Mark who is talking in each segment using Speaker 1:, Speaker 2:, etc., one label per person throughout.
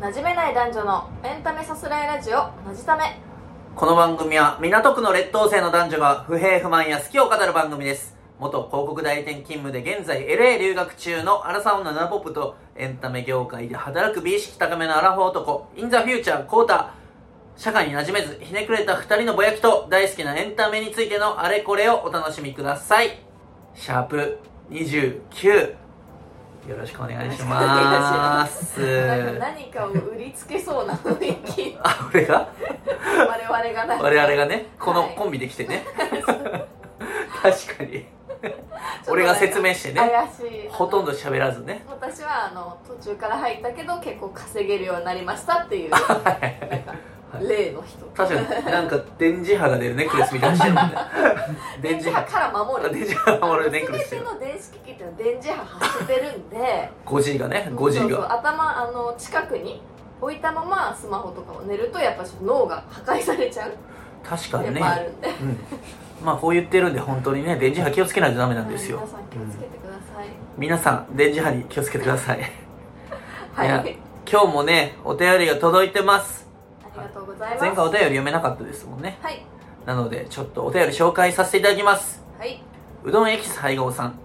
Speaker 1: 馴染めない男女のエンタメさすらいラジオなじため
Speaker 2: この番組は港区の劣等生の男女が不平不満や好きを語る番組です元広告代理店勤務で現在 LA 留学中のアラサオナナポップとエンタメ業界で働く美意識高めのアラフォー男インザフューチャーコータ社会に馴染めずひねくれた二人のぼやきと大好きなエンタメについてのあれこれをお楽しみくださいシャープ29よろしくお願いします
Speaker 1: なんか何かを売りつけそうな雰囲気
Speaker 2: あ俺が
Speaker 1: 我々がなんか
Speaker 2: 我々がねこの
Speaker 1: はい
Speaker 2: コンビで来てね、 確かに俺が説明してね
Speaker 1: 怪しい
Speaker 2: ほとんど喋らずね
Speaker 1: 私はあの途中から入ったけど結構稼げるようになりました っていう
Speaker 2: はい
Speaker 1: 例の人
Speaker 2: 確かになんか電磁波が出るネックレスみたいにしてるもんね
Speaker 1: 電磁波から守
Speaker 2: あ
Speaker 1: る
Speaker 2: 電磁波守るネックレスして
Speaker 1: 全
Speaker 2: る
Speaker 1: ての電子機器っていうのは電磁波発してるん で
Speaker 2: 5G がね 5G
Speaker 1: そうそう
Speaker 2: が
Speaker 1: 頭あの近くに置いたままスマホとかを寝るとやっぱちょっと脳が破壊されちゃう
Speaker 2: 確か
Speaker 1: や
Speaker 2: に
Speaker 1: っ
Speaker 2: ね
Speaker 1: ぱあるんで、
Speaker 2: うんまあこう言ってるんで本当にね電磁波気をつけないとダメなんですよ、
Speaker 1: はい皆さん気をつけてください、
Speaker 2: 皆さん電磁波に気をつけてください
Speaker 1: はい
Speaker 2: いや
Speaker 1: あり
Speaker 2: 今日もねお便りが届いてます
Speaker 1: がとうございます
Speaker 2: 前回お便り読めなかったですもんね
Speaker 1: はい
Speaker 2: なのでちょっとお便り紹介させていただきます
Speaker 1: はい、
Speaker 2: うどんエキス配合さん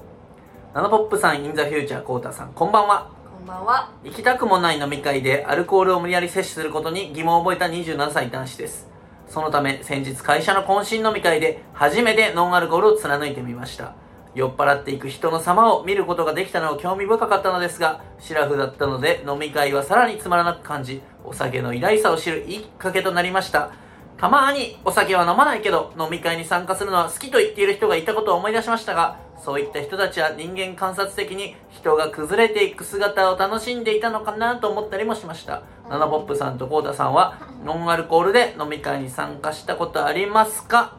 Speaker 2: ナノポップさんインザフューチャーコータさんこんばんは
Speaker 1: こんばんは。
Speaker 2: 行きたくもない飲み会でアルコールを無理やり摂取することに疑問を覚えた27歳男子ですそのため先日会社の渾身飲み会で初めてノンアルコールを貫いてみました酔っ払っていく人の様を見ることができたのは興味深かったのですがシラフだったので飲み会はさらにつまらなく感じお酒の偉大さを知るいいきっかけとなりましたたまにお酒は飲まないけど飲み会に参加するのは好きと言っている人がいたことを思い出しましたがそういった人たちは人間観察的に人が崩れていく姿を楽しんでいたのかなと思ったりもしましたナナポップさんとコータさんはノンアルコールで飲み会に参加したことありますか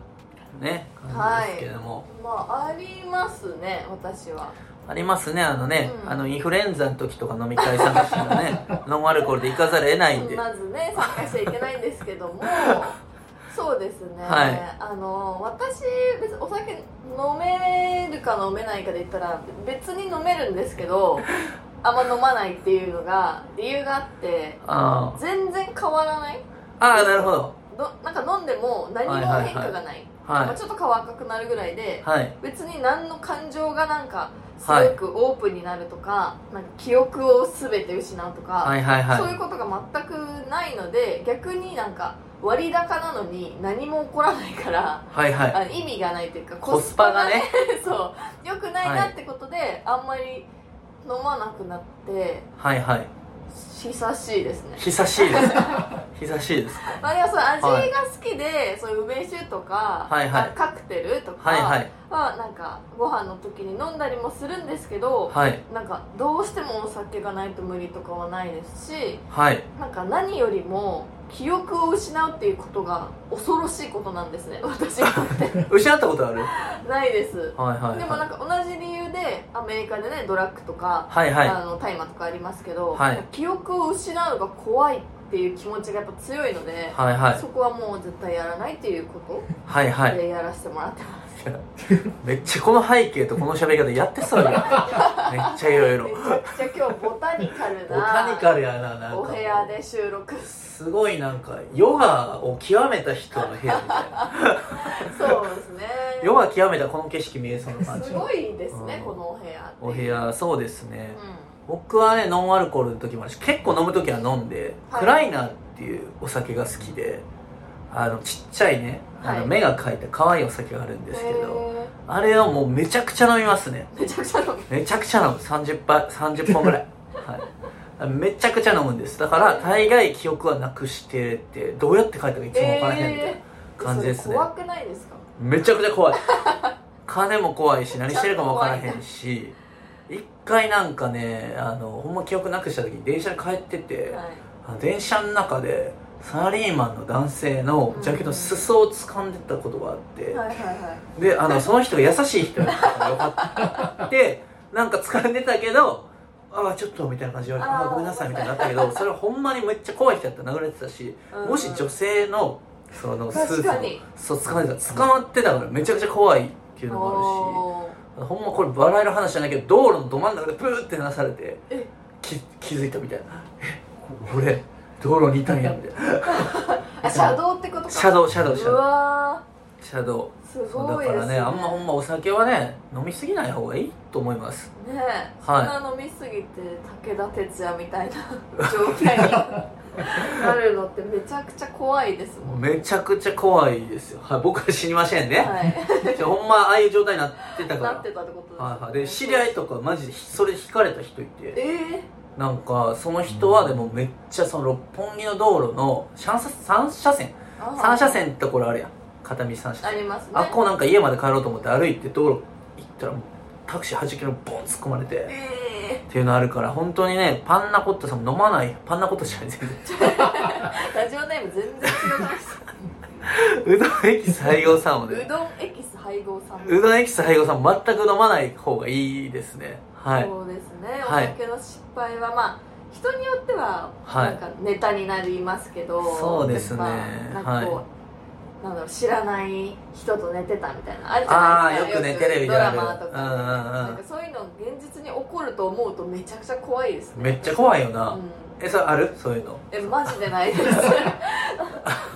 Speaker 2: ね感じですけれども、
Speaker 1: まあ、ありますね、私は。
Speaker 2: ありますねあのね、
Speaker 1: うん
Speaker 2: あのインフルエンザの時とか飲み会参加したら ねノンアルコールで行かざるを得ないんで
Speaker 1: まずね、参加しちゃいけないんですけど も。そうですね、
Speaker 2: はい
Speaker 1: あの私別にお酒飲めるか飲めないかで言ったら別に飲めるんですけ どあんま飲まないっていうのが理由があって
Speaker 2: あー
Speaker 1: 全然変わらない
Speaker 2: あーなるほど
Speaker 1: どなんか飲んでも何も変化がない,、まあ、
Speaker 2: は
Speaker 1: ちょっと顔赤くなるぐらいで
Speaker 2: いはい
Speaker 1: 別に何の感情がなんかすごくオープンになるとか,、なんか記憶を全て失うとか、
Speaker 2: はいはいはい
Speaker 1: そういうことが全くないので逆になんか割高なのに何も起こらないから
Speaker 2: はいはい
Speaker 1: あ意味がないというか
Speaker 2: コスパがね
Speaker 1: そう良くないなってことで、あんまり飲まなくなって
Speaker 2: はいはい
Speaker 1: 久しいです ね
Speaker 2: 久しいです久しいです
Speaker 1: まあでもその味
Speaker 2: は
Speaker 1: が好きで、そういう梅酒とか、
Speaker 2: はいはい
Speaker 1: カクテルとか
Speaker 2: はいはい
Speaker 1: はなんかご飯の時に飲んだりもするんですけど、
Speaker 2: はい
Speaker 1: なんかどうしてもお酒がないと無理とかはないですし
Speaker 2: はい
Speaker 1: なんか何よりも記憶を失うっていうことが恐ろしいことなんですね 私にとって
Speaker 2: 失ったことある
Speaker 1: ないです
Speaker 2: はいはい
Speaker 1: でもなんか同じ理由でアメリカでねドラッグとか、
Speaker 2: はいはい
Speaker 1: あの大麻とかありますけど、
Speaker 2: はい
Speaker 1: 記憶を失うのが怖いっていう気持ちがやっぱ強いので、
Speaker 2: はいはい
Speaker 1: そこはもう絶対やらないっていうこ
Speaker 2: はいは
Speaker 1: と
Speaker 2: い
Speaker 1: でやらせてもらって ます、
Speaker 2: めっちゃこの背景とこの喋り方やって そうやなめっちゃいろいろ
Speaker 1: めちゃくちゃ今日ボタニカル
Speaker 2: ボタニカ
Speaker 1: な
Speaker 2: ルやななんか
Speaker 1: お部屋で収録
Speaker 2: すごいなんかヨガを極めた人の部屋みたいな
Speaker 1: そうですね
Speaker 2: ヨガ極めたこの景色見えそうな感じ
Speaker 1: すごいですね
Speaker 2: うん
Speaker 1: このお部屋って
Speaker 2: お部屋そうですね、
Speaker 1: う
Speaker 2: 僕はねノンアルコールの時もあるし結構飲む時は飲んで、
Speaker 1: はい
Speaker 2: クライナーっていうお酒が好きであのちっちゃいねあ
Speaker 1: は
Speaker 2: の
Speaker 1: い
Speaker 2: 目が描いた可愛いお酒があるんですけど、
Speaker 1: へ
Speaker 2: あれをもうめちゃくちゃ飲みますね
Speaker 1: ーめちゃくちゃ飲む
Speaker 2: めちゃくちゃ飲む30杯30本ぐ らい、はい、めちゃくちゃ飲むんですだから大概記憶はなくしててどうやって書いたかいつも分からへんみたいな感じです
Speaker 1: そ
Speaker 2: ね
Speaker 1: れ怖くないですか
Speaker 2: めちゃくちゃ怖い 金も怖いし何してるかも分からへんし一回なんかねあのほんま記憶なくした時に電車で帰ってて、
Speaker 1: はい
Speaker 2: あの電車の中でサラリーマンの男性のジャケットの裾を掴んでたことがあって、
Speaker 1: はいはいはい
Speaker 2: であのその人が優しい人だったからよかったでなんか掴んでたけど「ああちょっと」みたいな感じで言われて
Speaker 1: あ
Speaker 2: あ
Speaker 1: ー
Speaker 2: ー「ごめんなさい」みたいになったけどそれはほんまにめっちゃ怖い人だったら殴られてたし
Speaker 1: うん
Speaker 2: もし女性のそのスーツ
Speaker 1: 確
Speaker 2: の
Speaker 1: かに
Speaker 2: そう掴んでた捕まってたからめちゃくちゃ怖いっていうのも
Speaker 1: おー
Speaker 2: あるしほんまこれ笑える話じゃないけど道路のど真ん中でブーってなされて
Speaker 1: え
Speaker 2: き気づいたみたいな「え俺道路にいたんやみたいな
Speaker 1: あ車道ってことか
Speaker 2: シャドウシャドウシャ
Speaker 1: う
Speaker 2: ドウ
Speaker 1: わ
Speaker 2: シャド
Speaker 1: ーす
Speaker 2: ウそう
Speaker 1: ごい
Speaker 2: だ
Speaker 1: で
Speaker 2: か
Speaker 1: す
Speaker 2: らねあんまほんまお酒はね飲みすぎない方がいいと思います
Speaker 1: ねえ、
Speaker 2: はい
Speaker 1: そんな飲みすぎて武田鉄矢みたい な状態になるのってめちゃくちゃ怖いですもん
Speaker 2: めちゃくちゃ怖いですよ、はい、僕は死にませんね、
Speaker 1: はい
Speaker 2: じゃあほんまああいう状態になってたか
Speaker 1: な
Speaker 2: ら
Speaker 1: ってたってことですよね
Speaker 2: はいはい、で知り合いとかマジでそれ引かれた人いて
Speaker 1: え
Speaker 2: なんかその人はでもめっちゃその六本木の道路の3車線
Speaker 1: えー、
Speaker 2: 3車線ってところあるやん片道3車
Speaker 1: あ
Speaker 2: 線
Speaker 1: りますね
Speaker 2: あっこうなんか家まで帰ろうと思って歩いて道路行ったらもうタクシーはじきのボン突っ込まれて
Speaker 1: え
Speaker 2: っていうのあるから本当にねパンナコッタさんも飲まないパンナコッタじゃない全
Speaker 1: ー、ラジオネーム全然違います
Speaker 2: 然うどんエキス配合さんを
Speaker 1: う
Speaker 2: ね
Speaker 1: どんエキス配合さん
Speaker 2: うどんエキス配合さん全く飲まない方がいいですねはい
Speaker 1: そうですね、
Speaker 2: はい
Speaker 1: お酒の失敗はまあ人によっては
Speaker 2: はい
Speaker 1: なんかネタになりますけど、
Speaker 2: そうですね
Speaker 1: やっぱなんかこう、な
Speaker 2: は
Speaker 1: んだろう知らない人と寝てたみたいなあるじ
Speaker 2: あ
Speaker 1: ゃ
Speaker 2: あ
Speaker 1: ない
Speaker 2: よ
Speaker 1: ですか
Speaker 2: くねテレビで
Speaker 1: ドラ
Speaker 2: ある
Speaker 1: マとか、
Speaker 2: うんうん
Speaker 1: な
Speaker 2: うん
Speaker 1: んかそういうの現実に起こると思うとめちゃくちゃ怖いですね
Speaker 2: めっちゃ怖いよな、
Speaker 1: うん
Speaker 2: えそれあるそういうの
Speaker 1: えマジでないです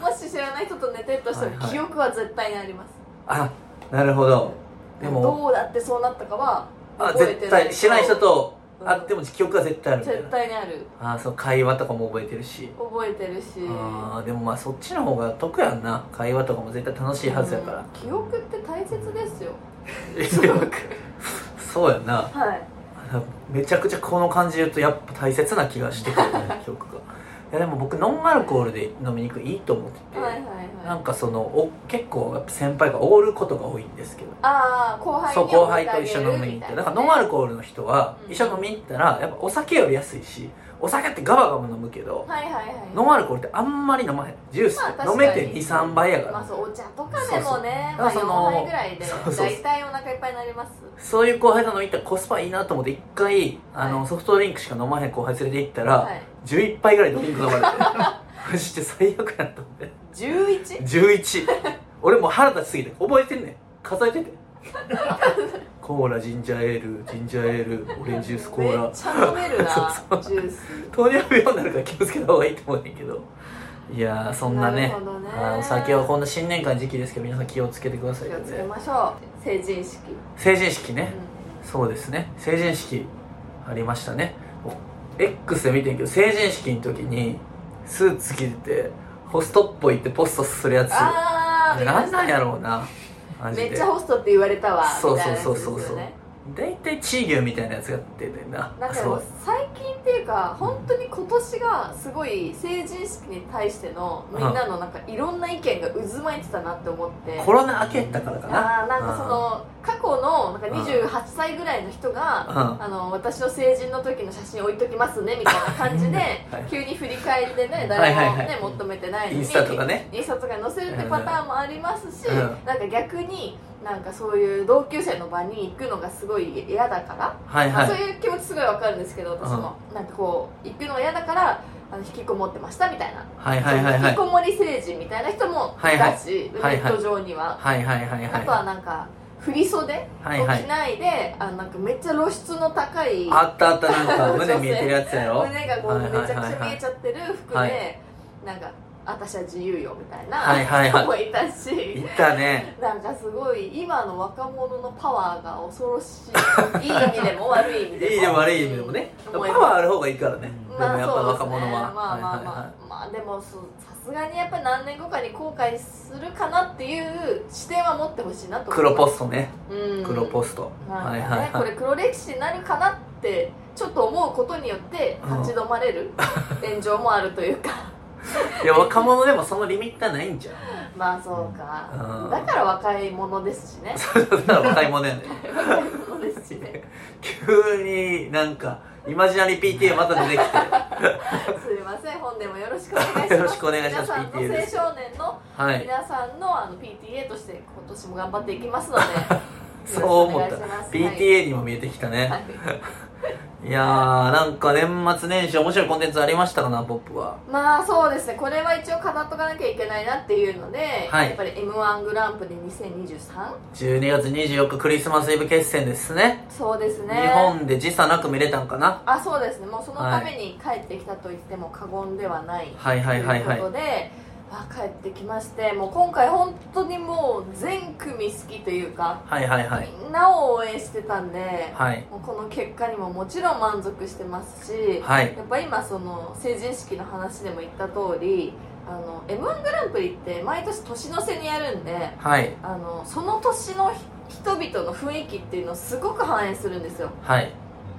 Speaker 1: もし知らない人と寝てるとして
Speaker 2: はい
Speaker 1: も
Speaker 2: はい
Speaker 1: 記憶は絶対にあります、
Speaker 2: あなるほどでも
Speaker 1: どうだってそうなったかは
Speaker 2: あ
Speaker 1: 覚えて
Speaker 2: 絶
Speaker 1: ない
Speaker 2: 対知らない人と
Speaker 1: うん
Speaker 2: 会っても記憶は絶対あるみたい
Speaker 1: 絶
Speaker 2: な
Speaker 1: 対にある
Speaker 2: あそう会話とかも覚えてるし
Speaker 1: 覚えてるし
Speaker 2: あーでもまあそっちの方が得やんな会話とかも絶対楽しいはずや から、
Speaker 1: うん記憶って大切ですよ
Speaker 2: そうやんな
Speaker 1: はい
Speaker 2: めちゃくちゃこの感じで言うとやっぱ大切な気がしてくるね 記憶がいやでも僕ノンアルコールで飲みに行くいいと思ってて、
Speaker 1: はいはい
Speaker 2: な
Speaker 1: はい
Speaker 2: んかそのお結構やっぱ先輩がおごることが多いんですけど
Speaker 1: ああ後輩に
Speaker 2: そう後輩と一緒に飲みに行ってだからノンア
Speaker 1: ル
Speaker 2: ルコールの人は
Speaker 1: うん
Speaker 2: 一緒に飲みに行ったらやっぱお酒より安いしお酒ってガバガバ飲むけど
Speaker 1: はいはいはい
Speaker 2: ノンアルコールってあんまり飲まへんジュース
Speaker 1: まあ確かに
Speaker 2: 飲めて23倍やか
Speaker 1: まあ
Speaker 2: ら
Speaker 1: そうお茶とかでもね
Speaker 2: そうそうだからその
Speaker 1: まあ4杯ぐらいで
Speaker 2: そうそうそう
Speaker 1: 大体お腹いっぱいになります
Speaker 2: そういう後輩と飲みに行ったらコスパいいなと思って一回あ
Speaker 1: は
Speaker 2: の
Speaker 1: い
Speaker 2: ソフトドリンクしか飲まへん後輩連れて行った
Speaker 1: は
Speaker 2: ら
Speaker 1: い
Speaker 2: 11杯ぐらいドリンク飲まれてマジで最悪やったんで
Speaker 1: 11?
Speaker 2: 11俺もう腹立ちすぎて覚えてんねん数えててコーラジンジャーエールジンジャーエールオレンジジュースコー
Speaker 1: め
Speaker 2: ラ
Speaker 1: っちゃ飲めるな
Speaker 2: そう
Speaker 1: ジュース
Speaker 2: 糖尿病になるから気をつけた方がいいと思うねんけどいやーそんな
Speaker 1: な
Speaker 2: ね
Speaker 1: るほどね
Speaker 2: あーお酒はこんな新年会の時期ですけど皆さん気をつけてください
Speaker 1: 気
Speaker 2: ね
Speaker 1: をつけましょう成人式、
Speaker 2: 成人式
Speaker 1: う
Speaker 2: ね、
Speaker 1: ん
Speaker 2: そうですね成人式ありましたねお X で見てんけど成人式の時にスーツ着ててホストっぽいってポストするやつあ
Speaker 1: ああ
Speaker 2: れなんなんやろうなマジ
Speaker 1: め
Speaker 2: で
Speaker 1: っちゃホストって言われたわ
Speaker 2: そう
Speaker 1: みたいなやつ
Speaker 2: そう
Speaker 1: で
Speaker 2: そうそう
Speaker 1: す
Speaker 2: そう
Speaker 1: よね
Speaker 2: 大体チー牛みたいなやつが出てんな
Speaker 1: なんかで
Speaker 2: そ
Speaker 1: も
Speaker 2: う
Speaker 1: 最近っていうか本当に今年がすごい成人式に対してのみんなのなんかいろんな意見が渦巻いてたなって思って
Speaker 2: コロナ明けたからかな
Speaker 1: あーなんかその過去のなんか28歳ぐらいの人が
Speaker 2: うん
Speaker 1: あの私の成人の時の写真置いときますねみたいな感じで
Speaker 2: い
Speaker 1: 急に振り返りでね
Speaker 2: は
Speaker 1: 誰
Speaker 2: いはい
Speaker 1: も
Speaker 2: はい
Speaker 1: ね求めてないのに
Speaker 2: インスタとかね
Speaker 1: インスタとか載せるってパターンもありますし
Speaker 2: うん
Speaker 1: なんか逆になんかそういう同級生の場に行くのがすごい嫌だから
Speaker 2: はい
Speaker 1: ま
Speaker 2: は
Speaker 1: あ
Speaker 2: い
Speaker 1: そういう気持ちすごいわかるんですけど私もなんかこう行くのが嫌だからあの引きこもってましたみたいな
Speaker 2: はいはいはいは
Speaker 1: 引き
Speaker 2: い
Speaker 1: こもり成人みたいな人も
Speaker 2: はい
Speaker 1: い
Speaker 2: はい
Speaker 1: たしネ
Speaker 2: はいはい
Speaker 1: ット上には
Speaker 2: はいはいはい
Speaker 1: あとは
Speaker 2: は
Speaker 1: なんか振り袖を
Speaker 2: い
Speaker 1: 着
Speaker 2: はい
Speaker 1: ないであのなんかめっちゃ露出の高い
Speaker 2: あったあったなんか胸見えてるやつやろ
Speaker 1: 胸がこう
Speaker 2: はい
Speaker 1: め
Speaker 2: はいはいはい
Speaker 1: ちゃくちゃ見えちゃってる服
Speaker 2: は
Speaker 1: でなんか私は自由よみたい
Speaker 2: はいはい
Speaker 1: な 人
Speaker 2: はい
Speaker 1: もいた
Speaker 2: い
Speaker 1: し。
Speaker 2: ったね
Speaker 1: なんかすごい今の若者のパワーが恐ろしいいい意味でも悪い意味
Speaker 2: いい
Speaker 1: でも
Speaker 2: でも悪い意味でもねパ
Speaker 1: 思い
Speaker 2: ワ
Speaker 1: ます
Speaker 2: ーある方がいいからねでも
Speaker 1: まあ
Speaker 2: やっぱ若者は
Speaker 1: まあまあまあ、
Speaker 2: はいはいはい
Speaker 1: まあでもそうさすがにやっぱ何年後かに後悔するかなっていう視点は持ってほしいなと思います
Speaker 2: 黒ポストね
Speaker 1: うん
Speaker 2: 黒ポスト
Speaker 1: は
Speaker 2: はいい
Speaker 1: は
Speaker 2: はいい
Speaker 1: こ
Speaker 2: は
Speaker 1: れ
Speaker 2: い
Speaker 1: 黒歴史になるかなってちょっと思うことによって
Speaker 2: うん
Speaker 1: 立ち止まれる炎上もあるというか
Speaker 2: いや若者でもそのリミッターないんじ ゃん
Speaker 1: まあそうか
Speaker 2: うん
Speaker 1: だから若い者ですし ね
Speaker 2: だから若い者やね
Speaker 1: 若い者ですしね
Speaker 2: 急になんかイマジナリー PTA また出てきて
Speaker 1: すいません本でもよろしくお願いします
Speaker 2: よろしくお願いします
Speaker 1: 皆さんの
Speaker 2: PTA
Speaker 1: 青
Speaker 2: で
Speaker 1: 少
Speaker 2: す
Speaker 1: 年の
Speaker 2: はい
Speaker 1: 皆さんのあの PTA として今年も頑張っていきますので
Speaker 2: そう思った
Speaker 1: よろしくお願いしますはい
Speaker 2: PTA にも見えてきたね
Speaker 1: はい
Speaker 2: いやーなんか年末年始面白いコンテンツありましたかなポップは
Speaker 1: まあそうですねこれは一応語っとかなきゃいけないなっていうので、
Speaker 2: はい
Speaker 1: やっぱり m 1グランプリ 2023?
Speaker 2: 12月24日クリスマスイブ決戦ですね
Speaker 1: そうですね
Speaker 2: 日本で時差なく見れたんかな
Speaker 1: あそうですねもうそのために帰ってきたと言っても過言ではない
Speaker 2: はい
Speaker 1: と
Speaker 2: はいいうはいはい
Speaker 1: ことで、まあ、帰ってきましてもう今回本当にもう全組好きというか
Speaker 2: はいはいはい
Speaker 1: みんなを応援してたんで、
Speaker 2: はい
Speaker 1: もうこの結果にももちろん満足してますし、
Speaker 2: はい
Speaker 1: やっぱ今その成人式の話でも言った通りあの m 1グランプリって毎年年の瀬にやるんで
Speaker 2: はい
Speaker 1: あのその年の人々の雰囲気っていうのをすごく反映するんですよ
Speaker 2: はい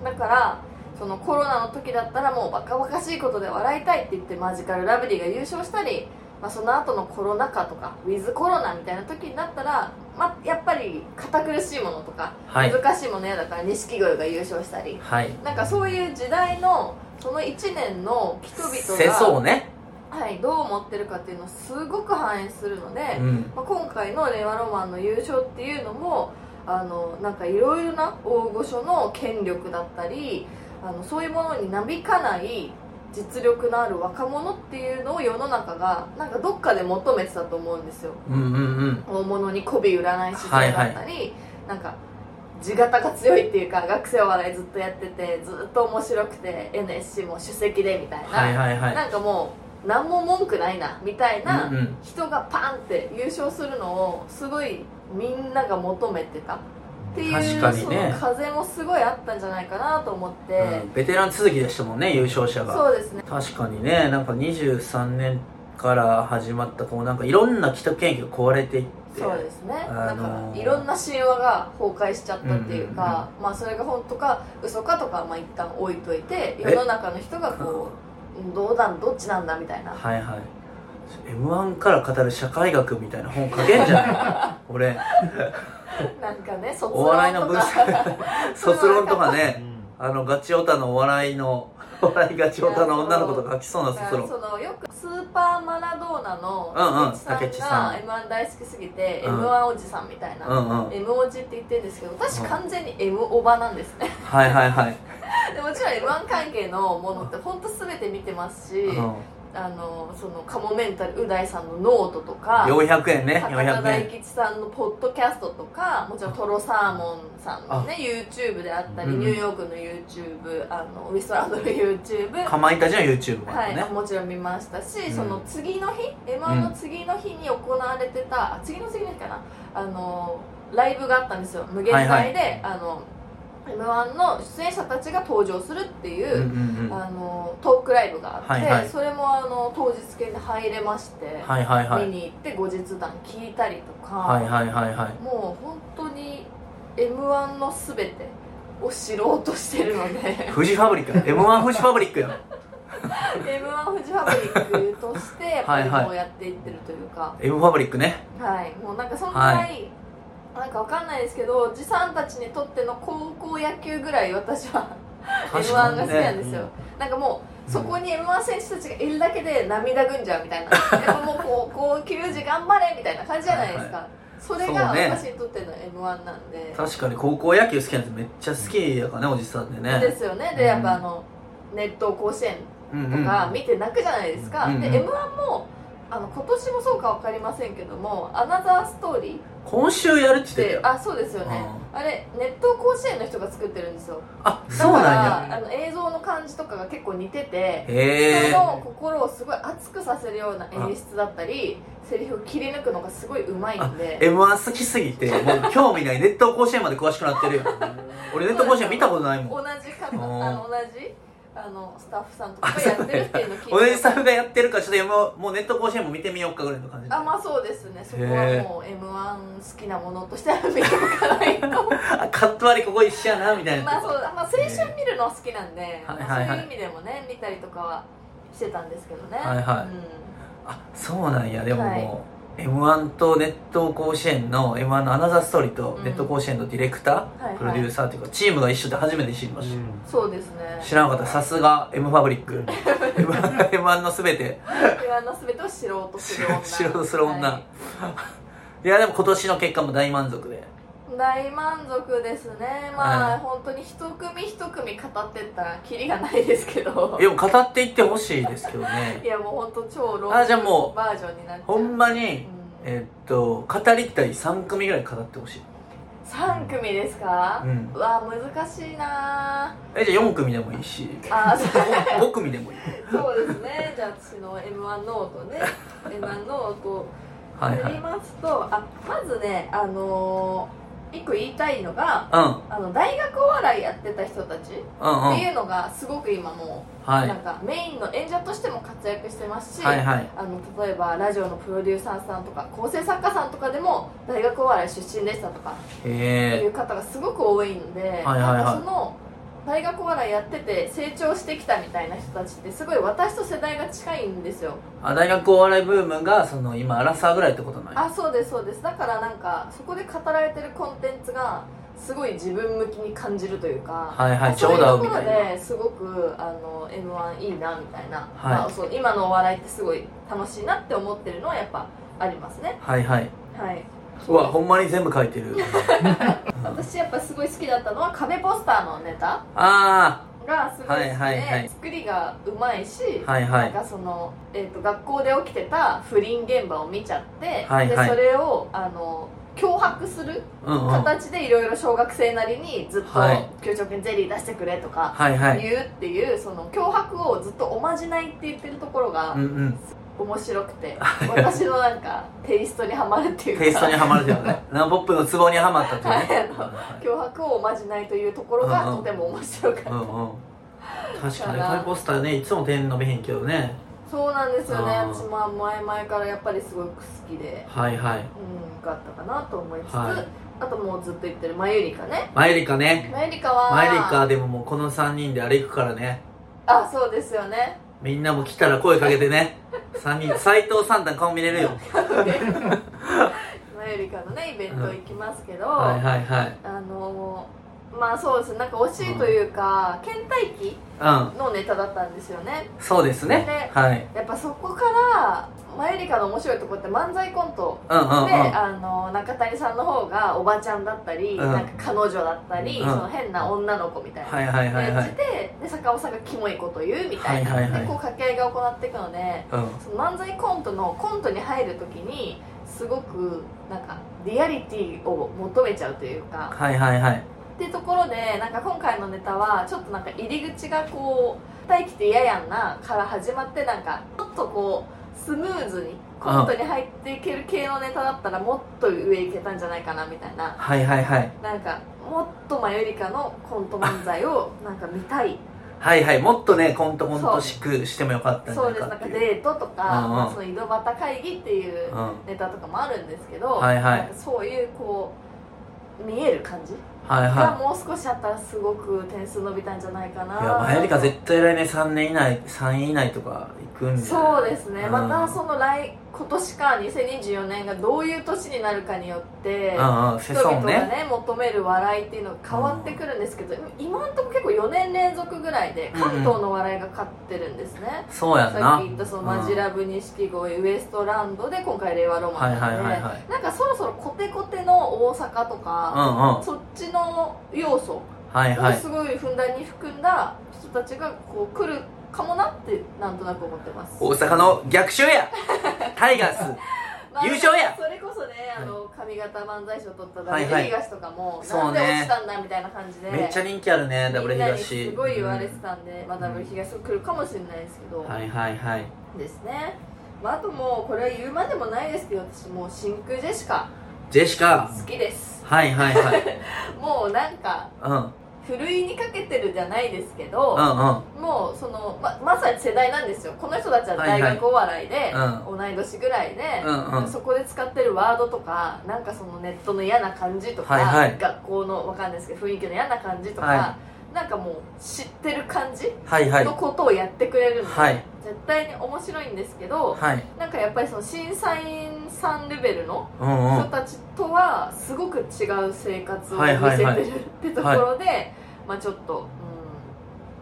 Speaker 1: だからそのコロナの時だったらもうバカバカしいことで笑いたいって言ってマジカルラブリーが優勝したり、まあ、その後のコロナ禍とかウィズコロナみたいな時になったら、まあ、やっぱり堅苦しいものとか
Speaker 2: はい
Speaker 1: 難しいもの嫌だから錦鯉が優勝したり
Speaker 2: はい
Speaker 1: なんかそういう時代のその1年の人
Speaker 2: 世
Speaker 1: 々
Speaker 2: 相ね
Speaker 1: が、はい、どう思ってるかっていうのをすごく反映するので、
Speaker 2: うん
Speaker 1: まあ、今回の令和ロマンの優勝っていうのもあのなんかいろいろな大御所の権力だったりあのそういうものになびかない実力のある若者っていうのを世の中がなんかどっかで求めてたと思うんですよ
Speaker 2: うんうんうん
Speaker 1: 大物に媚び売らない姿勢だったり、なんか地型が強いっていうか学生お笑いずっとやっててずっと面白くて NSC も首席でみたいな、
Speaker 2: はいはいはい
Speaker 1: なんかもう何も文句ないなみたいな、
Speaker 2: うんうん
Speaker 1: 人がパンって優勝するのをすごいみんなが求めてたっていう
Speaker 2: 確かにね
Speaker 1: その風もすごいあったんじゃないかなと思って、
Speaker 2: うんベテラン続きでしたもんね優勝者が
Speaker 1: そうですね
Speaker 2: 確かにねなんか23年から始まったこうなんかいろんな既得権益が壊れていって
Speaker 1: そうですね、
Speaker 2: あのー
Speaker 1: なんかいろんな神話が崩壊しちゃったっていうか、まあそれが本当か嘘かとかはまあ一旦置いといて世の中の人がこううんどうだどっちなんだみたい な
Speaker 2: はいはい m 1から語る社会学みたいな本書けんじ ゃない俺
Speaker 1: なんかね卒
Speaker 2: お笑いの
Speaker 1: 論と
Speaker 2: 分
Speaker 1: か
Speaker 2: 析卒論とか
Speaker 3: う
Speaker 2: ね
Speaker 3: ん
Speaker 2: あのガチオタのお笑いの お笑いガチオタの女の子とか書きそうな
Speaker 1: だ
Speaker 2: 卒
Speaker 1: から
Speaker 2: 論
Speaker 1: そのよくスーパーマラドーナ
Speaker 2: うんうん
Speaker 1: の
Speaker 2: 竹
Speaker 1: 竹
Speaker 2: 内
Speaker 1: 内
Speaker 2: さ
Speaker 1: さん
Speaker 2: ん
Speaker 1: が m 1大好きすぎて、
Speaker 2: うん
Speaker 1: m 1おじさんみたいな、
Speaker 2: うんうん
Speaker 1: M おじって言ってるんですけど私
Speaker 2: うん
Speaker 1: 完全に M おばなんですね
Speaker 2: はいはいはい、
Speaker 1: でもちろん M 1関係のものって本当全て見てますし、
Speaker 2: うん、
Speaker 1: あのそのカモメンタルう大さんのノートとか
Speaker 2: 400円ね
Speaker 1: 高田
Speaker 2: 400
Speaker 1: 大
Speaker 2: 円
Speaker 1: 吉さんのポッドキャストとかもちろんトロサーモンさんのね YouTube であったり、
Speaker 2: うん
Speaker 1: ニューヨークの YouTube あのウエストランドの YouTube
Speaker 2: かまいたちの YouTube もあ
Speaker 1: は
Speaker 2: る
Speaker 1: い、
Speaker 2: ね、
Speaker 1: もちろん見ましたし、
Speaker 2: うん
Speaker 1: その次の日 m 1の次の日に行われてた、あ次の次の日かなあのライブがあったんですよ無限大で、あの m 1の出演者たちが登場するっていうう、
Speaker 2: んうんうんは
Speaker 1: あのトークライブがあって、
Speaker 2: はいはい
Speaker 1: それもあの当日券で入れまして、
Speaker 2: いはいはい
Speaker 1: 見に行って後日談聞いたりとか、
Speaker 2: はいはいはいはい
Speaker 1: もう本当に m 1の全てを知ろうとしてるの で。
Speaker 2: フジファブリック M1 フジファブリックや
Speaker 1: m 1フジファブリックと してやっぱりこうやっていってるというか
Speaker 2: M ファブリックね
Speaker 1: はい、もうなんかそんぐら、
Speaker 2: はい
Speaker 1: なんかわかんないですけどおじさんたちにとっての高校野球ぐらい私は m
Speaker 2: 確
Speaker 1: 1
Speaker 2: か
Speaker 1: が
Speaker 2: に
Speaker 1: 好きなんですよ、なんかもうそこに m 1選手たちがいるだけで涙ぐんじゃうみたいなやっぱもうこうこう球児頑張れみたいな感じじゃないですか、それが
Speaker 2: そうね
Speaker 1: 私にとっての m 1なんで
Speaker 2: 確かに高校野球好きなんですめっちゃ好きやからねおじさんでね
Speaker 1: ですよねでやっぱあの、熱湯甲子園
Speaker 2: うんう
Speaker 1: と
Speaker 2: ん
Speaker 1: か見て泣くじゃないですか、
Speaker 2: うんうん
Speaker 1: で m 1もあの今年もそうか分かりませんけども「アナザーストーリー」
Speaker 2: 今週やるって言っ
Speaker 1: ってて
Speaker 2: たよ
Speaker 1: あそうですよね、あれ熱湯甲子園の人が作ってるんですよ
Speaker 2: あ
Speaker 1: だ
Speaker 2: そう
Speaker 1: か
Speaker 2: なんや
Speaker 1: らあの映像の感じとかが結構似てて人
Speaker 2: へえ
Speaker 1: の心をすごい熱くさせるような演出だったりセリフを切り抜くのがすごいうまいんで
Speaker 2: m 1好きすぎてもう興味ないネット甲子園まで詳しくなってるよ俺ネット甲子園見たことないも
Speaker 1: 同
Speaker 2: ん
Speaker 1: じか
Speaker 2: う
Speaker 1: あ
Speaker 2: ん
Speaker 1: の同じあのスタッフさんとかがやってるっていうのを聞いて
Speaker 2: 同じス タッフがやってるからちょっと M もうネット甲子園も見てみようかぐらいの感じ
Speaker 1: あまあそうですねそこはもう m 1好きなものとしては見ておかないと
Speaker 2: あカット割りここ一緒やなみたいな
Speaker 1: まあそうまあ青春見るのは好きなんで、
Speaker 2: はい
Speaker 1: まあ
Speaker 2: はいはい
Speaker 1: そういう意味でもね見たりとかはしてたんですけどね
Speaker 2: は
Speaker 1: う
Speaker 2: いはい
Speaker 1: ん
Speaker 2: あそうなんやでももう、m 1と熱湯甲子園の m 1のアナザーストーリーと
Speaker 1: うん
Speaker 2: 熱湯甲子園のディレクター、
Speaker 1: はいはい
Speaker 2: プロデューサーっていうかチームが一緒って初めて知りました、
Speaker 1: そうですね
Speaker 2: 知らなかったさすが m ファブリック m 1の全て
Speaker 1: 不安の全てを知 ろうとする女
Speaker 2: 知ろうとする女
Speaker 1: はい
Speaker 2: やでも今年の結果も大満足で
Speaker 1: い大満足ですねまあ、
Speaker 2: はい
Speaker 1: 本当に一組一組語ってったらキリがないですけど
Speaker 2: でも語っていってほしいですけどね
Speaker 1: いやもう本当超ロング
Speaker 2: あじゃあもう
Speaker 1: バージョンになっちゃう
Speaker 2: ほんまに
Speaker 1: うん
Speaker 2: えっと語りたい3組ぐらい語ってほしい、
Speaker 1: 三組ですか、
Speaker 2: う、
Speaker 1: うんわ難しいな
Speaker 2: えじゃあ4組でもいいし
Speaker 1: あそ
Speaker 2: 5組でもいい
Speaker 1: そうですねじゃあ私の m 1ノート ね m 1ノートを
Speaker 2: はいは
Speaker 1: 塗
Speaker 2: い
Speaker 1: りますと、あまずねあのー、一個言いたいのが
Speaker 2: う
Speaker 1: あの大学お笑いやってた人たちっ
Speaker 2: んうんう
Speaker 1: て
Speaker 2: ん
Speaker 1: いうのがすごく今もう、
Speaker 2: はい
Speaker 1: なんかメインの演者としても活躍してますし、
Speaker 2: はいはい
Speaker 1: あの例えばラジオのプロデューサーさんとか構成作家さんとかでも大学お笑い出身でしたとかってい
Speaker 2: へえ
Speaker 1: う方がすごく多いので、
Speaker 2: はいはい
Speaker 1: なんかその大学お笑いやってて成長してきたみたいな人たちってすごい私と世代が近いんですよ
Speaker 2: あ大学お笑いブームがその今アラサーぐらいってことない
Speaker 1: あそうですそうですだからなんかそこで語られてるコンテンツがすごい自分向きに感じるというか、
Speaker 2: はいはいち
Speaker 1: そう
Speaker 2: ょ
Speaker 1: いう
Speaker 2: うど合
Speaker 1: と
Speaker 2: う
Speaker 1: こ
Speaker 2: みた
Speaker 1: ろ
Speaker 2: いな
Speaker 1: ですごくあの m 1いいなみたいな、
Speaker 2: はい
Speaker 1: まあそう今のお笑いってすごい楽しいなって思ってるのはやっぱありますね
Speaker 2: はいはい
Speaker 1: はいう
Speaker 2: わほんまに全部書いてるうん
Speaker 1: 私やっぱすごい好きだったのは壁ポスターのネタ
Speaker 2: あ
Speaker 1: がすごい好きで、
Speaker 2: はいはいはい
Speaker 1: 作りがうまいし、
Speaker 2: あはいは
Speaker 1: なん
Speaker 2: い
Speaker 1: かその、えー、と学校で起きてた不倫現場を見ちゃって、
Speaker 2: はいはい
Speaker 1: でそれをあの脅迫する
Speaker 2: うんうんはい
Speaker 1: 形でいろいろ小学生なりにずっと
Speaker 2: はい
Speaker 1: 「給食にゼリー出してくれ」とか
Speaker 2: はい
Speaker 1: 言うっていうその脅迫をずっとおまじないって言ってるところが
Speaker 2: うんうん
Speaker 1: 面白く て、私のなんかテイストにはまるっていうか
Speaker 2: テイストにはまるじゃ んねナンポップのツボにはまったというね
Speaker 1: 脅迫をおまじないというところが
Speaker 2: うんうん
Speaker 1: とても面白かった、
Speaker 2: うんうん確かに
Speaker 1: だから
Speaker 2: ハイポスターねいつも点伸びへんけどね
Speaker 1: そうなんですよね
Speaker 2: あー
Speaker 1: 私も前々からやっぱりすごく好きで
Speaker 2: はいはい
Speaker 1: うんよかったかなと思いつつ、
Speaker 2: はい
Speaker 1: あともうずっと言ってるマユリカね
Speaker 2: マユリカね
Speaker 1: マユリカは
Speaker 2: マユリカでももうこの3人であれ行くからね
Speaker 1: あそうですよね
Speaker 2: みんなも来たら声かけてね3 人斎藤さんたん顔見 れるよ
Speaker 1: マユリカのねイベント行きますけど、
Speaker 2: はいはいはい
Speaker 1: あのーまあそうですねなんか惜しいというか、倦怠期
Speaker 2: うん
Speaker 1: のネタだったんですよね
Speaker 2: そうですね
Speaker 1: ね
Speaker 2: はい
Speaker 1: やっぱそこからマユリカの面白いところって漫才コント
Speaker 2: うんうん
Speaker 1: で、
Speaker 2: うん
Speaker 1: あの中谷さんの方がおばちゃんだったり、
Speaker 2: ん
Speaker 1: なんか彼女だったり、
Speaker 2: うん
Speaker 1: その変な女の子みたいな
Speaker 2: はいはいはい
Speaker 1: 感
Speaker 2: は
Speaker 1: じ
Speaker 2: い
Speaker 1: で,、で坂尾さんがキモいこと言うみたいな、
Speaker 2: はいはいはい
Speaker 1: でこう掛け合いが行っていくので
Speaker 2: うん
Speaker 1: その漫才コントのコントに入るときにすごくなんかリアリティを求めちゃうというか
Speaker 2: はいはいはい
Speaker 1: っていうところでなんか今回のネタはちょっとなんか入り口がこう「待機って嫌やんな」から始まってなんかちょっとこう。スムーズにコントに入っていける系のネタだったらもっと上いけたんじゃないかなみたいな
Speaker 2: はいはいはい
Speaker 1: なんかもっとマユリカのコント漫才をなんか見たい
Speaker 2: はいはいもっとねコントコントしくしてもよかったんじ
Speaker 1: そ
Speaker 2: ゃな
Speaker 1: う
Speaker 2: い
Speaker 1: です
Speaker 2: か
Speaker 1: な
Speaker 2: っ
Speaker 1: ん
Speaker 2: て
Speaker 1: か
Speaker 2: いう
Speaker 1: デートと
Speaker 2: うんうん
Speaker 1: か、その井戸端会議っていう
Speaker 2: うんはい
Speaker 1: ネタとかもあるんですけど、
Speaker 2: はいはい
Speaker 1: なんかそういうこう見える感じが
Speaker 2: は
Speaker 1: もう少しあったらすごく点数伸びたんじゃないかない
Speaker 2: いやマユリカ絶対来年3年以内3位以内とか行くんじゃない
Speaker 1: そうですね、
Speaker 2: うん
Speaker 1: またその来今年か2024年がどういう年になるかによって、
Speaker 2: うんうんセ
Speaker 1: 人
Speaker 2: ソ
Speaker 1: 々
Speaker 2: ン
Speaker 1: が
Speaker 2: ね
Speaker 1: ね求める笑いっていうのが変わってくるんですけど、今んとこ結構4年連続ぐらいで関東の笑いが勝ってるんですね、
Speaker 2: そうやん
Speaker 1: さっ
Speaker 2: な
Speaker 1: き言ったそのマジラブ錦鯉ウエストランドで今回令和ロマ
Speaker 2: はい
Speaker 1: ン
Speaker 2: は
Speaker 1: ないんで、
Speaker 2: はいはい
Speaker 1: なんかそろそろコテコテの大阪と
Speaker 2: うん
Speaker 1: か、
Speaker 2: うん
Speaker 1: そっちの要素
Speaker 2: はいは
Speaker 1: を
Speaker 2: い
Speaker 1: すごいふんだんに含んだ人たちがこう来るかもなってなんとなく思ってます、
Speaker 2: 大阪の逆 襲やタイガース
Speaker 1: ま
Speaker 2: 優勝や
Speaker 1: それこそねあの髪型漫才賞取ったダブ
Speaker 2: は
Speaker 1: ル
Speaker 2: いはい
Speaker 1: 東とかも、
Speaker 2: そ
Speaker 1: な
Speaker 2: うね
Speaker 1: んで落ちたんだみたいな感じで
Speaker 2: めっちゃ人気あるねダブル
Speaker 1: みんなに
Speaker 2: 東
Speaker 1: すごい言われて
Speaker 2: うん
Speaker 1: たんで、まあ、ダブル東が来るかもしれないですけど、
Speaker 2: はいはいはい
Speaker 1: ですね、まあ、あともうこれは言うまでもないですけど私もう真空ジェシカ
Speaker 2: ジェシカ
Speaker 1: 好きです
Speaker 2: はいはい はい
Speaker 1: もうなんか
Speaker 2: うんうん
Speaker 1: ふるいにかけてるじゃないですけど、
Speaker 2: うん
Speaker 1: もうそのままさに世代なんですよこの人たちは大学お笑いで、
Speaker 2: う
Speaker 1: 同い年ぐらいで、
Speaker 2: うんうん
Speaker 1: そこで使ってるワードとかなんかそのネットの嫌な感じとか、
Speaker 2: はいはい
Speaker 1: 学校のわかんないですけど雰囲気の嫌な感じとか、
Speaker 2: は
Speaker 1: なんかもう知ってる感じ
Speaker 2: はいはい
Speaker 1: のことをやってくれるので、
Speaker 2: はい
Speaker 1: 絶対に面白いんですけど、
Speaker 2: はい
Speaker 1: なんかやっぱりその審査員さんレベルの
Speaker 2: うんう
Speaker 1: 人
Speaker 2: ん
Speaker 1: たちとはすごく違う生活を見
Speaker 2: はいは
Speaker 1: せ
Speaker 2: い
Speaker 1: て
Speaker 2: はい
Speaker 1: るってところで、まあちょっと、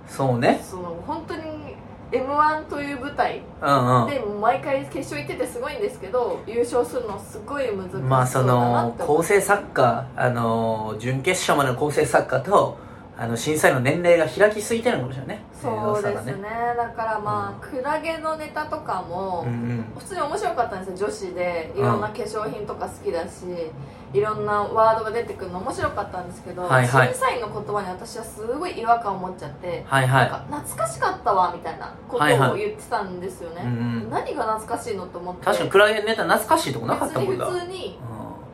Speaker 2: そう
Speaker 1: うん、
Speaker 2: ね
Speaker 1: その本当に m 1という舞台
Speaker 2: うんうん
Speaker 1: で毎回決勝行っててすごいんですけど優勝するのすごい難しそうだ
Speaker 2: まあそ
Speaker 1: な
Speaker 2: の
Speaker 1: って思
Speaker 2: 構
Speaker 1: う
Speaker 2: 成作家あの準決勝までの構成作家とあの審査員の年齢が開きすぎてるのかもしれないね
Speaker 1: そうですね
Speaker 2: ね
Speaker 1: だからまあクラゲのネタとかも、
Speaker 2: うんうん
Speaker 1: 普通に面白かったんですよ女子で
Speaker 2: うん
Speaker 1: いろんな化粧品とか好きだし、いろんなワードが出てくるの面白かったんですけど、
Speaker 2: はいはい
Speaker 1: 審査員の言葉に私はすごい違和感を持っちゃって、
Speaker 2: はいは
Speaker 1: ないんか懐かしかったわみたいなこと
Speaker 2: はいは
Speaker 1: を
Speaker 2: い
Speaker 1: 言ってたんですよね、
Speaker 2: うんうん
Speaker 1: 何が懐かしいのと思って
Speaker 2: 確かにクラゲネタ懐かしいとこなかったもんだ
Speaker 1: 別に普通に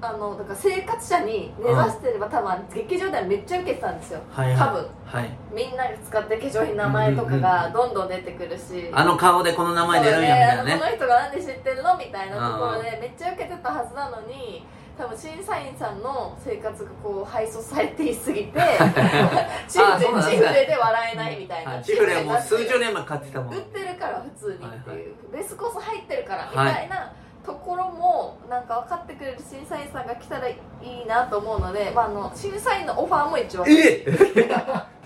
Speaker 1: あのだから生活者に根ざしてれば多分劇場ではめっちゃ受けてたんですよ
Speaker 2: はいはい
Speaker 1: 多分
Speaker 2: はい
Speaker 1: みんなが使ってる化粧品の名前とかがどんどん出てくるし、
Speaker 2: あの顔でこの名前出るんやみたいな
Speaker 1: そうねあの
Speaker 2: ね
Speaker 1: この人がなんで知ってるのみたいなところでめっちゃ受けてたはずなのに多分審査員さんの生活がこう敗訴されていすぎ て チ
Speaker 2: あ
Speaker 1: ー
Speaker 2: そう
Speaker 1: フ
Speaker 2: な
Speaker 1: でチ
Speaker 2: んだ
Speaker 1: ーフでで笑えないみたいな、
Speaker 2: はいチフレ はもう数十
Speaker 1: 年
Speaker 2: 年前買ってたもん
Speaker 1: 売ってるから普通にっていう、
Speaker 2: はいはい
Speaker 1: ベースコース入ってるからみ
Speaker 2: はい
Speaker 1: たいな、ところもなんか分かってくれる審査員さんが来たらいいなと思うので、まあ、あの審査員のオファーも一応受
Speaker 2: え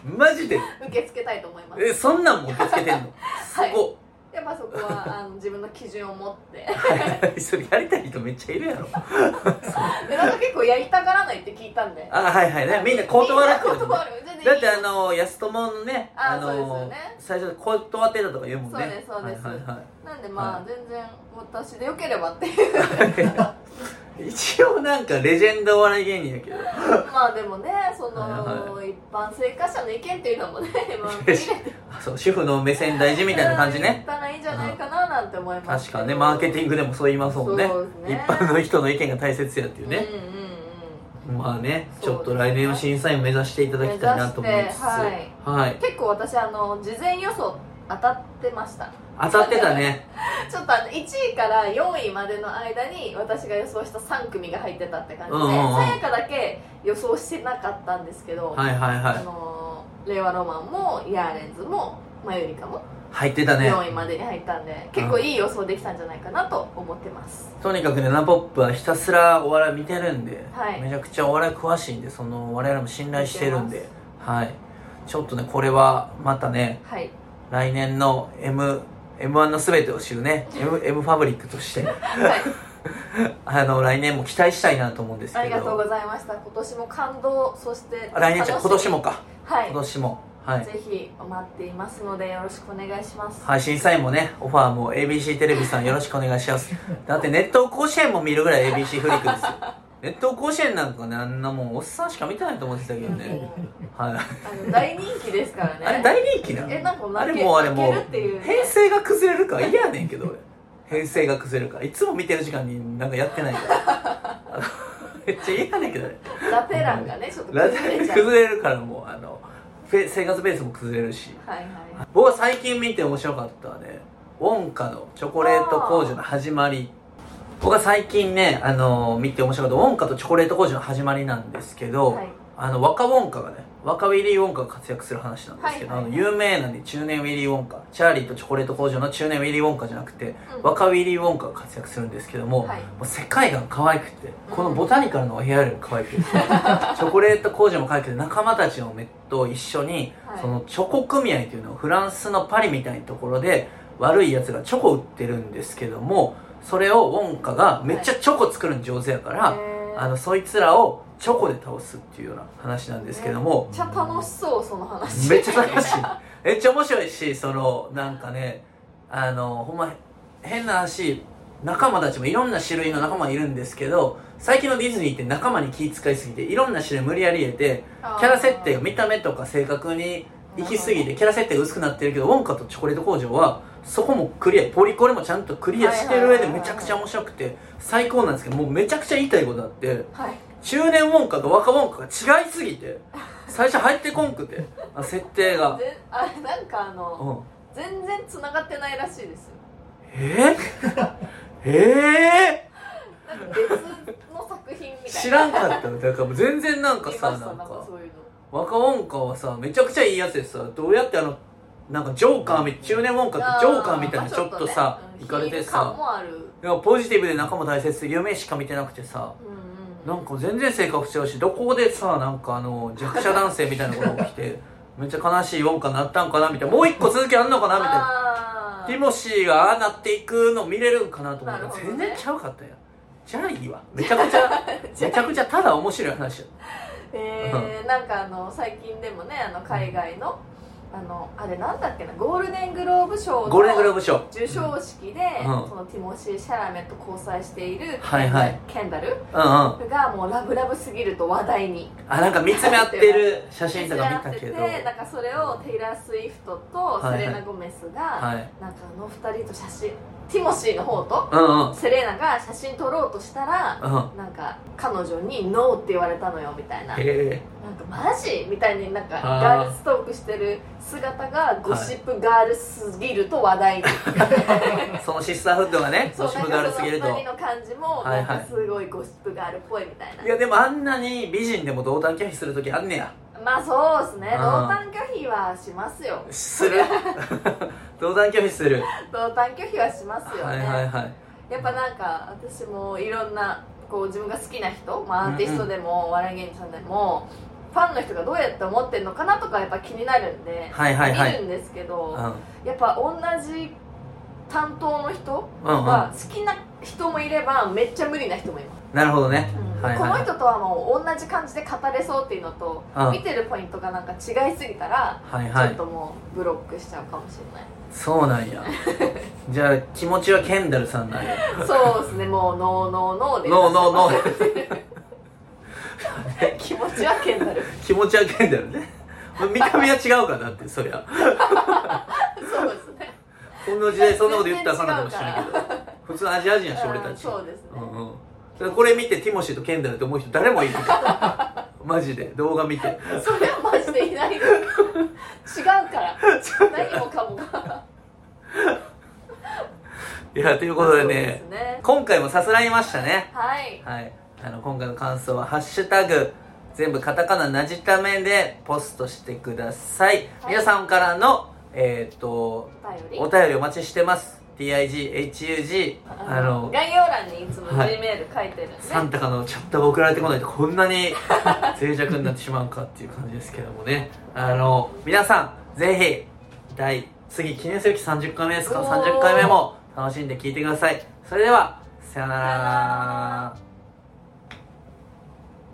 Speaker 2: マジで
Speaker 1: け付けたいと思います
Speaker 2: えそんなんも受け付けてんのす
Speaker 1: はい
Speaker 2: ご
Speaker 1: やっぱそこはあの自分の基準を持って
Speaker 2: っそれやりたい人 めっちゃいるやろ
Speaker 1: でなんか結構やりたがらないって聞いたんで
Speaker 2: あはいはいねみんな断られて
Speaker 1: み
Speaker 2: る
Speaker 1: んな断る全然いい
Speaker 2: だってあの安友のね
Speaker 1: あそ
Speaker 2: の
Speaker 1: うですよね
Speaker 2: 最初断ってたとか言うもんね
Speaker 1: そうですそうです
Speaker 2: はいはいは
Speaker 1: なんでまあ、
Speaker 2: は
Speaker 1: 全然私でよければって いう
Speaker 2: い、 一応なんかレジェンドお笑い芸人やけど
Speaker 1: まあでもねその、
Speaker 2: は
Speaker 1: 一般生活者の意見っていうのもねまあ
Speaker 2: よしあそう主婦の目線大事みたいな感じ
Speaker 1: 言っ
Speaker 2: ね
Speaker 1: たらいいんじゃないかななんて思います
Speaker 2: 確かねマーケティングでもそう言いますもんね
Speaker 1: そうですね
Speaker 2: 一般の人の意見が大切やっていうね、
Speaker 1: うんうんうん
Speaker 2: まあね
Speaker 1: そうです
Speaker 2: ち
Speaker 1: ね
Speaker 2: ょっと来年の審査員目指していただきたいなと思いつつ
Speaker 1: 目
Speaker 2: は
Speaker 1: 指
Speaker 2: い
Speaker 1: し、結構私あの事前予想当たってました
Speaker 2: 当たってたね
Speaker 1: ちょっとあの1位から4位までの間に私が予想した3組が入ってたって感じで
Speaker 2: うんうんうん
Speaker 1: さやかだけ予想してなかったんですけど、
Speaker 2: はいはい
Speaker 1: あ
Speaker 2: はい
Speaker 1: のー令和ロマンもヤーレンズもマユリカも
Speaker 2: 入ってたね
Speaker 1: 4位までに入ったんで結構いい予想できたんじゃないかなと思ってます
Speaker 2: とにかくねナポップはひたすらお笑い見てるんで、
Speaker 1: はい
Speaker 2: めちゃくちゃお笑い詳しいんでその我々も信頼してるんではいちょっとねこれはまたね
Speaker 1: はい
Speaker 2: 来年の m m 1の全てを知るね m, m ファブリックとし て
Speaker 1: はい
Speaker 2: あの来年も期待したいなと思うんですけど
Speaker 1: ありがとうございました今年も感動そして
Speaker 2: あ来年じゃ
Speaker 1: 楽しみ
Speaker 2: 今年もか
Speaker 1: はい
Speaker 2: 今年もはい、
Speaker 1: ぜひ待っていますのでよろしくお願いします
Speaker 2: はい、審査員もねオファーも ABC テレビさんよろしくお願い しますだってネット甲子園も見るぐらい ABC フリックですよネット甲子園なんかねあんなもんおっさんしか見てないと思ってたけどね
Speaker 1: もう
Speaker 2: はい
Speaker 1: あの大人気ですからね
Speaker 2: あれ大人気なの
Speaker 1: えなんか
Speaker 2: あ
Speaker 1: 負
Speaker 2: れ
Speaker 1: け
Speaker 2: もうあれも
Speaker 1: 負けるっていう
Speaker 2: う編成が崩れるから嫌やねんけど俺編成が崩れるからいつも見てる時間になんかやってないから あのめっちゃ嫌やねんけどね
Speaker 1: ラテ欄がねちょっと
Speaker 2: ラ
Speaker 1: 崩
Speaker 2: ジ
Speaker 1: れ
Speaker 2: オ
Speaker 1: ちゃう
Speaker 2: 崩れるからもうあのフェ生活ベースも崩れるし
Speaker 1: はいはい
Speaker 2: 僕は最近見て面白かったわねウォンカのチョコレート工場の始まり僕は最近ね、あの見て面白かったウォンカとチョコレート工場の始まりなんですけど、
Speaker 1: はい
Speaker 2: あの若ウォンカがね若ウィリー・ウォンカが活躍する話なんですけど、
Speaker 1: はいはい
Speaker 2: あの有名なんで中年ウィリー・ウォンカチャーリーとチョコレート工場の中年ウィリー・ウォンカじゃなくて、
Speaker 1: うん
Speaker 2: 若ウィリー・ウォンカが活躍するんですけども、
Speaker 1: はい
Speaker 2: もう世界観可愛くてこのボタニカルのお部屋よりも可愛く て、チョコレート工場も可愛くて仲間たちのめと一緒に、
Speaker 1: はい
Speaker 2: そのチョコ組合というのをフランスのパリみたいなところで悪いやつがチョコ売ってるんですけどもそれをウォンカがめっちゃチョコ作るの上手やから、
Speaker 1: えー
Speaker 2: あのそいつらをチョコで倒すっていうような話なんですけども
Speaker 1: めっちゃ楽しそうその話
Speaker 2: めっち ゃ楽しいめっちゃ面白いしそのなんかねあのほんま変な話仲間たちもいろんな種類の仲間がいるんですけど最近のディズニーって仲間に気遣いすぎていろんな種類無理やり入れてキャラ設定が見た目とか性格に行き過ぎてキャラ設定が薄くなってるけどウォンカとチョコレート工場はそこもクリアポリコレもちゃんとクリアしてる上でめちゃくちゃ面白くて最高なんですけどもうめちゃくちゃ言いたいことあって。
Speaker 1: はい
Speaker 2: 中年ウォンカと若ウォンカが違いすぎて最初入ってこんくてあ設定が、
Speaker 1: ぜあれなんかあの
Speaker 2: うん、
Speaker 1: 全然繋がってないらしいですよ
Speaker 2: えー、え
Speaker 1: なんか別の作品み
Speaker 2: ー、
Speaker 1: たいな
Speaker 2: 知らんかったのだからもう全然なんかさ
Speaker 1: 見
Speaker 2: な
Speaker 1: ま
Speaker 2: ん
Speaker 1: したなんか
Speaker 2: か
Speaker 1: そういうの
Speaker 2: 若ウォンカはさめちゃくちゃいいやつでさどうやってあのなんかジョーカーみ中年ウォンカってジョーカーみたいなちょっとさいかれて
Speaker 1: 感
Speaker 2: さ
Speaker 1: もある
Speaker 2: いやポジティブで仲も大切で夢しか見てなくてさ
Speaker 1: うんうん
Speaker 2: なんか全然性格違うしどこでさなんかあの弱者 男性みたいなことが起きてめっちゃ悲しいウォンカになったんかなみたいなもう一個続きあんのかなみたいな
Speaker 1: あ
Speaker 2: ティモシーがああなっていくの見れるかなと思った
Speaker 1: なる
Speaker 2: ら
Speaker 1: ほど
Speaker 2: 全
Speaker 1: ね
Speaker 2: 然ちゃうかったよじゃあいいわめち ゃくちゃめちゃくちゃただ面白い話だ
Speaker 1: えー、なんかあの最近でもねあの海外のあのあれなんだっけなゴールデングローブ賞
Speaker 2: ゴールデングロー
Speaker 1: の
Speaker 2: ブ賞
Speaker 1: 授賞式で、
Speaker 2: うん
Speaker 1: そのティモシー・シャラメと交際している
Speaker 2: はいはい
Speaker 1: ケンダル
Speaker 2: うんうんあ
Speaker 1: がもうラブラブすぎると話題に
Speaker 2: なんか見つめ合ってる写真とか見たけど
Speaker 1: 見せ合っててなんかそれをテイラー・スウィフトとセレナ・ゴメスが、
Speaker 2: はい
Speaker 1: なんかあの二人と写真ティモシーの方と
Speaker 2: うんうん
Speaker 1: セレナが写真撮ろうとしたら
Speaker 2: うん
Speaker 1: なんか彼女に「ノー」って言われたのよみたいな
Speaker 2: へ
Speaker 1: なんかマジみたいになんか
Speaker 2: あー
Speaker 1: ガールストークしてる姿がゴシップガールすぎると話題 に、
Speaker 2: えそのシスターフッドがねゴシップガールすぎると
Speaker 1: なんかその二人の感じも
Speaker 2: は
Speaker 1: ないん
Speaker 2: はい
Speaker 1: かすごいゴシップガールっぽいみたいな、
Speaker 2: いやでもあんなに美人でも同担拒否する時あんねや
Speaker 1: まあそうですね
Speaker 2: うん
Speaker 1: 同担拒否はしますよ
Speaker 2: する 同担拒否する
Speaker 1: 同担拒否はしますよ
Speaker 2: は
Speaker 1: ね、
Speaker 2: いはいはい
Speaker 1: やっぱなんか私もいろんなこう自分が好きな人、まあ、アーティストでもお笑い芸人さんでも、ファンの人がどうやって思ってるのかなとかやっぱ気になるんで、
Speaker 2: はいはいはい
Speaker 1: 見るんですけど、
Speaker 2: うん
Speaker 1: やっぱ同じ担当の人
Speaker 2: うんうん
Speaker 1: は好きな人もいればめっちゃ無理な人もいます、
Speaker 2: なるほどねはい
Speaker 1: こ
Speaker 2: は
Speaker 1: の
Speaker 2: い
Speaker 1: 人とはもう同じ感じで語れそうっていうのと、
Speaker 2: うん
Speaker 1: 見てるポイントがなんか違いすぎたら
Speaker 2: はい
Speaker 1: ちょ
Speaker 2: は
Speaker 1: っ
Speaker 2: い
Speaker 1: ともうブロックしちゃうかもしれない、
Speaker 2: そうな んやじゃあ気持ちはケンダルさんなんや
Speaker 1: そうですねもうノーノーノーで
Speaker 2: ノーノーノー
Speaker 1: 気持ちはけになる
Speaker 2: 気持ちはケンダ ルね見た目は違うかなってそりゃ
Speaker 1: そうですね
Speaker 2: この時代そんなこと言ったらあかんのかもしれないけど普通のアジア人やし俺た
Speaker 1: うん
Speaker 2: ち
Speaker 1: そうですね、
Speaker 2: うんうんだからこれ見てティモシーとケンダルって思う人誰もいる マジで動画見て
Speaker 1: それはマジでいない違うから何もかもが
Speaker 2: いやということで
Speaker 1: そう
Speaker 2: ね
Speaker 1: すね
Speaker 2: 今回もさすらいましたね
Speaker 1: はい
Speaker 2: はいあの今回の感想は「ハッシュタグ全部カタカナなじため」でポストしてくださ
Speaker 1: は
Speaker 2: い、
Speaker 1: い
Speaker 2: 皆さんからのえっ、と
Speaker 1: お便り
Speaker 2: お便りお待ちしてます TIGHUG あの
Speaker 1: 概要欄にいつも G
Speaker 2: はい
Speaker 1: メール書いてるんで、
Speaker 2: サンタからのチャットが送られてこないとこん なに脆弱になってしまうかっていう感じですけどもねあの皆さんぜひ第次記念すべき30回目ですか
Speaker 1: おー
Speaker 2: 30回目も楽しんで聞いてくださいそれではさような
Speaker 1: さような
Speaker 2: ら
Speaker 1: ら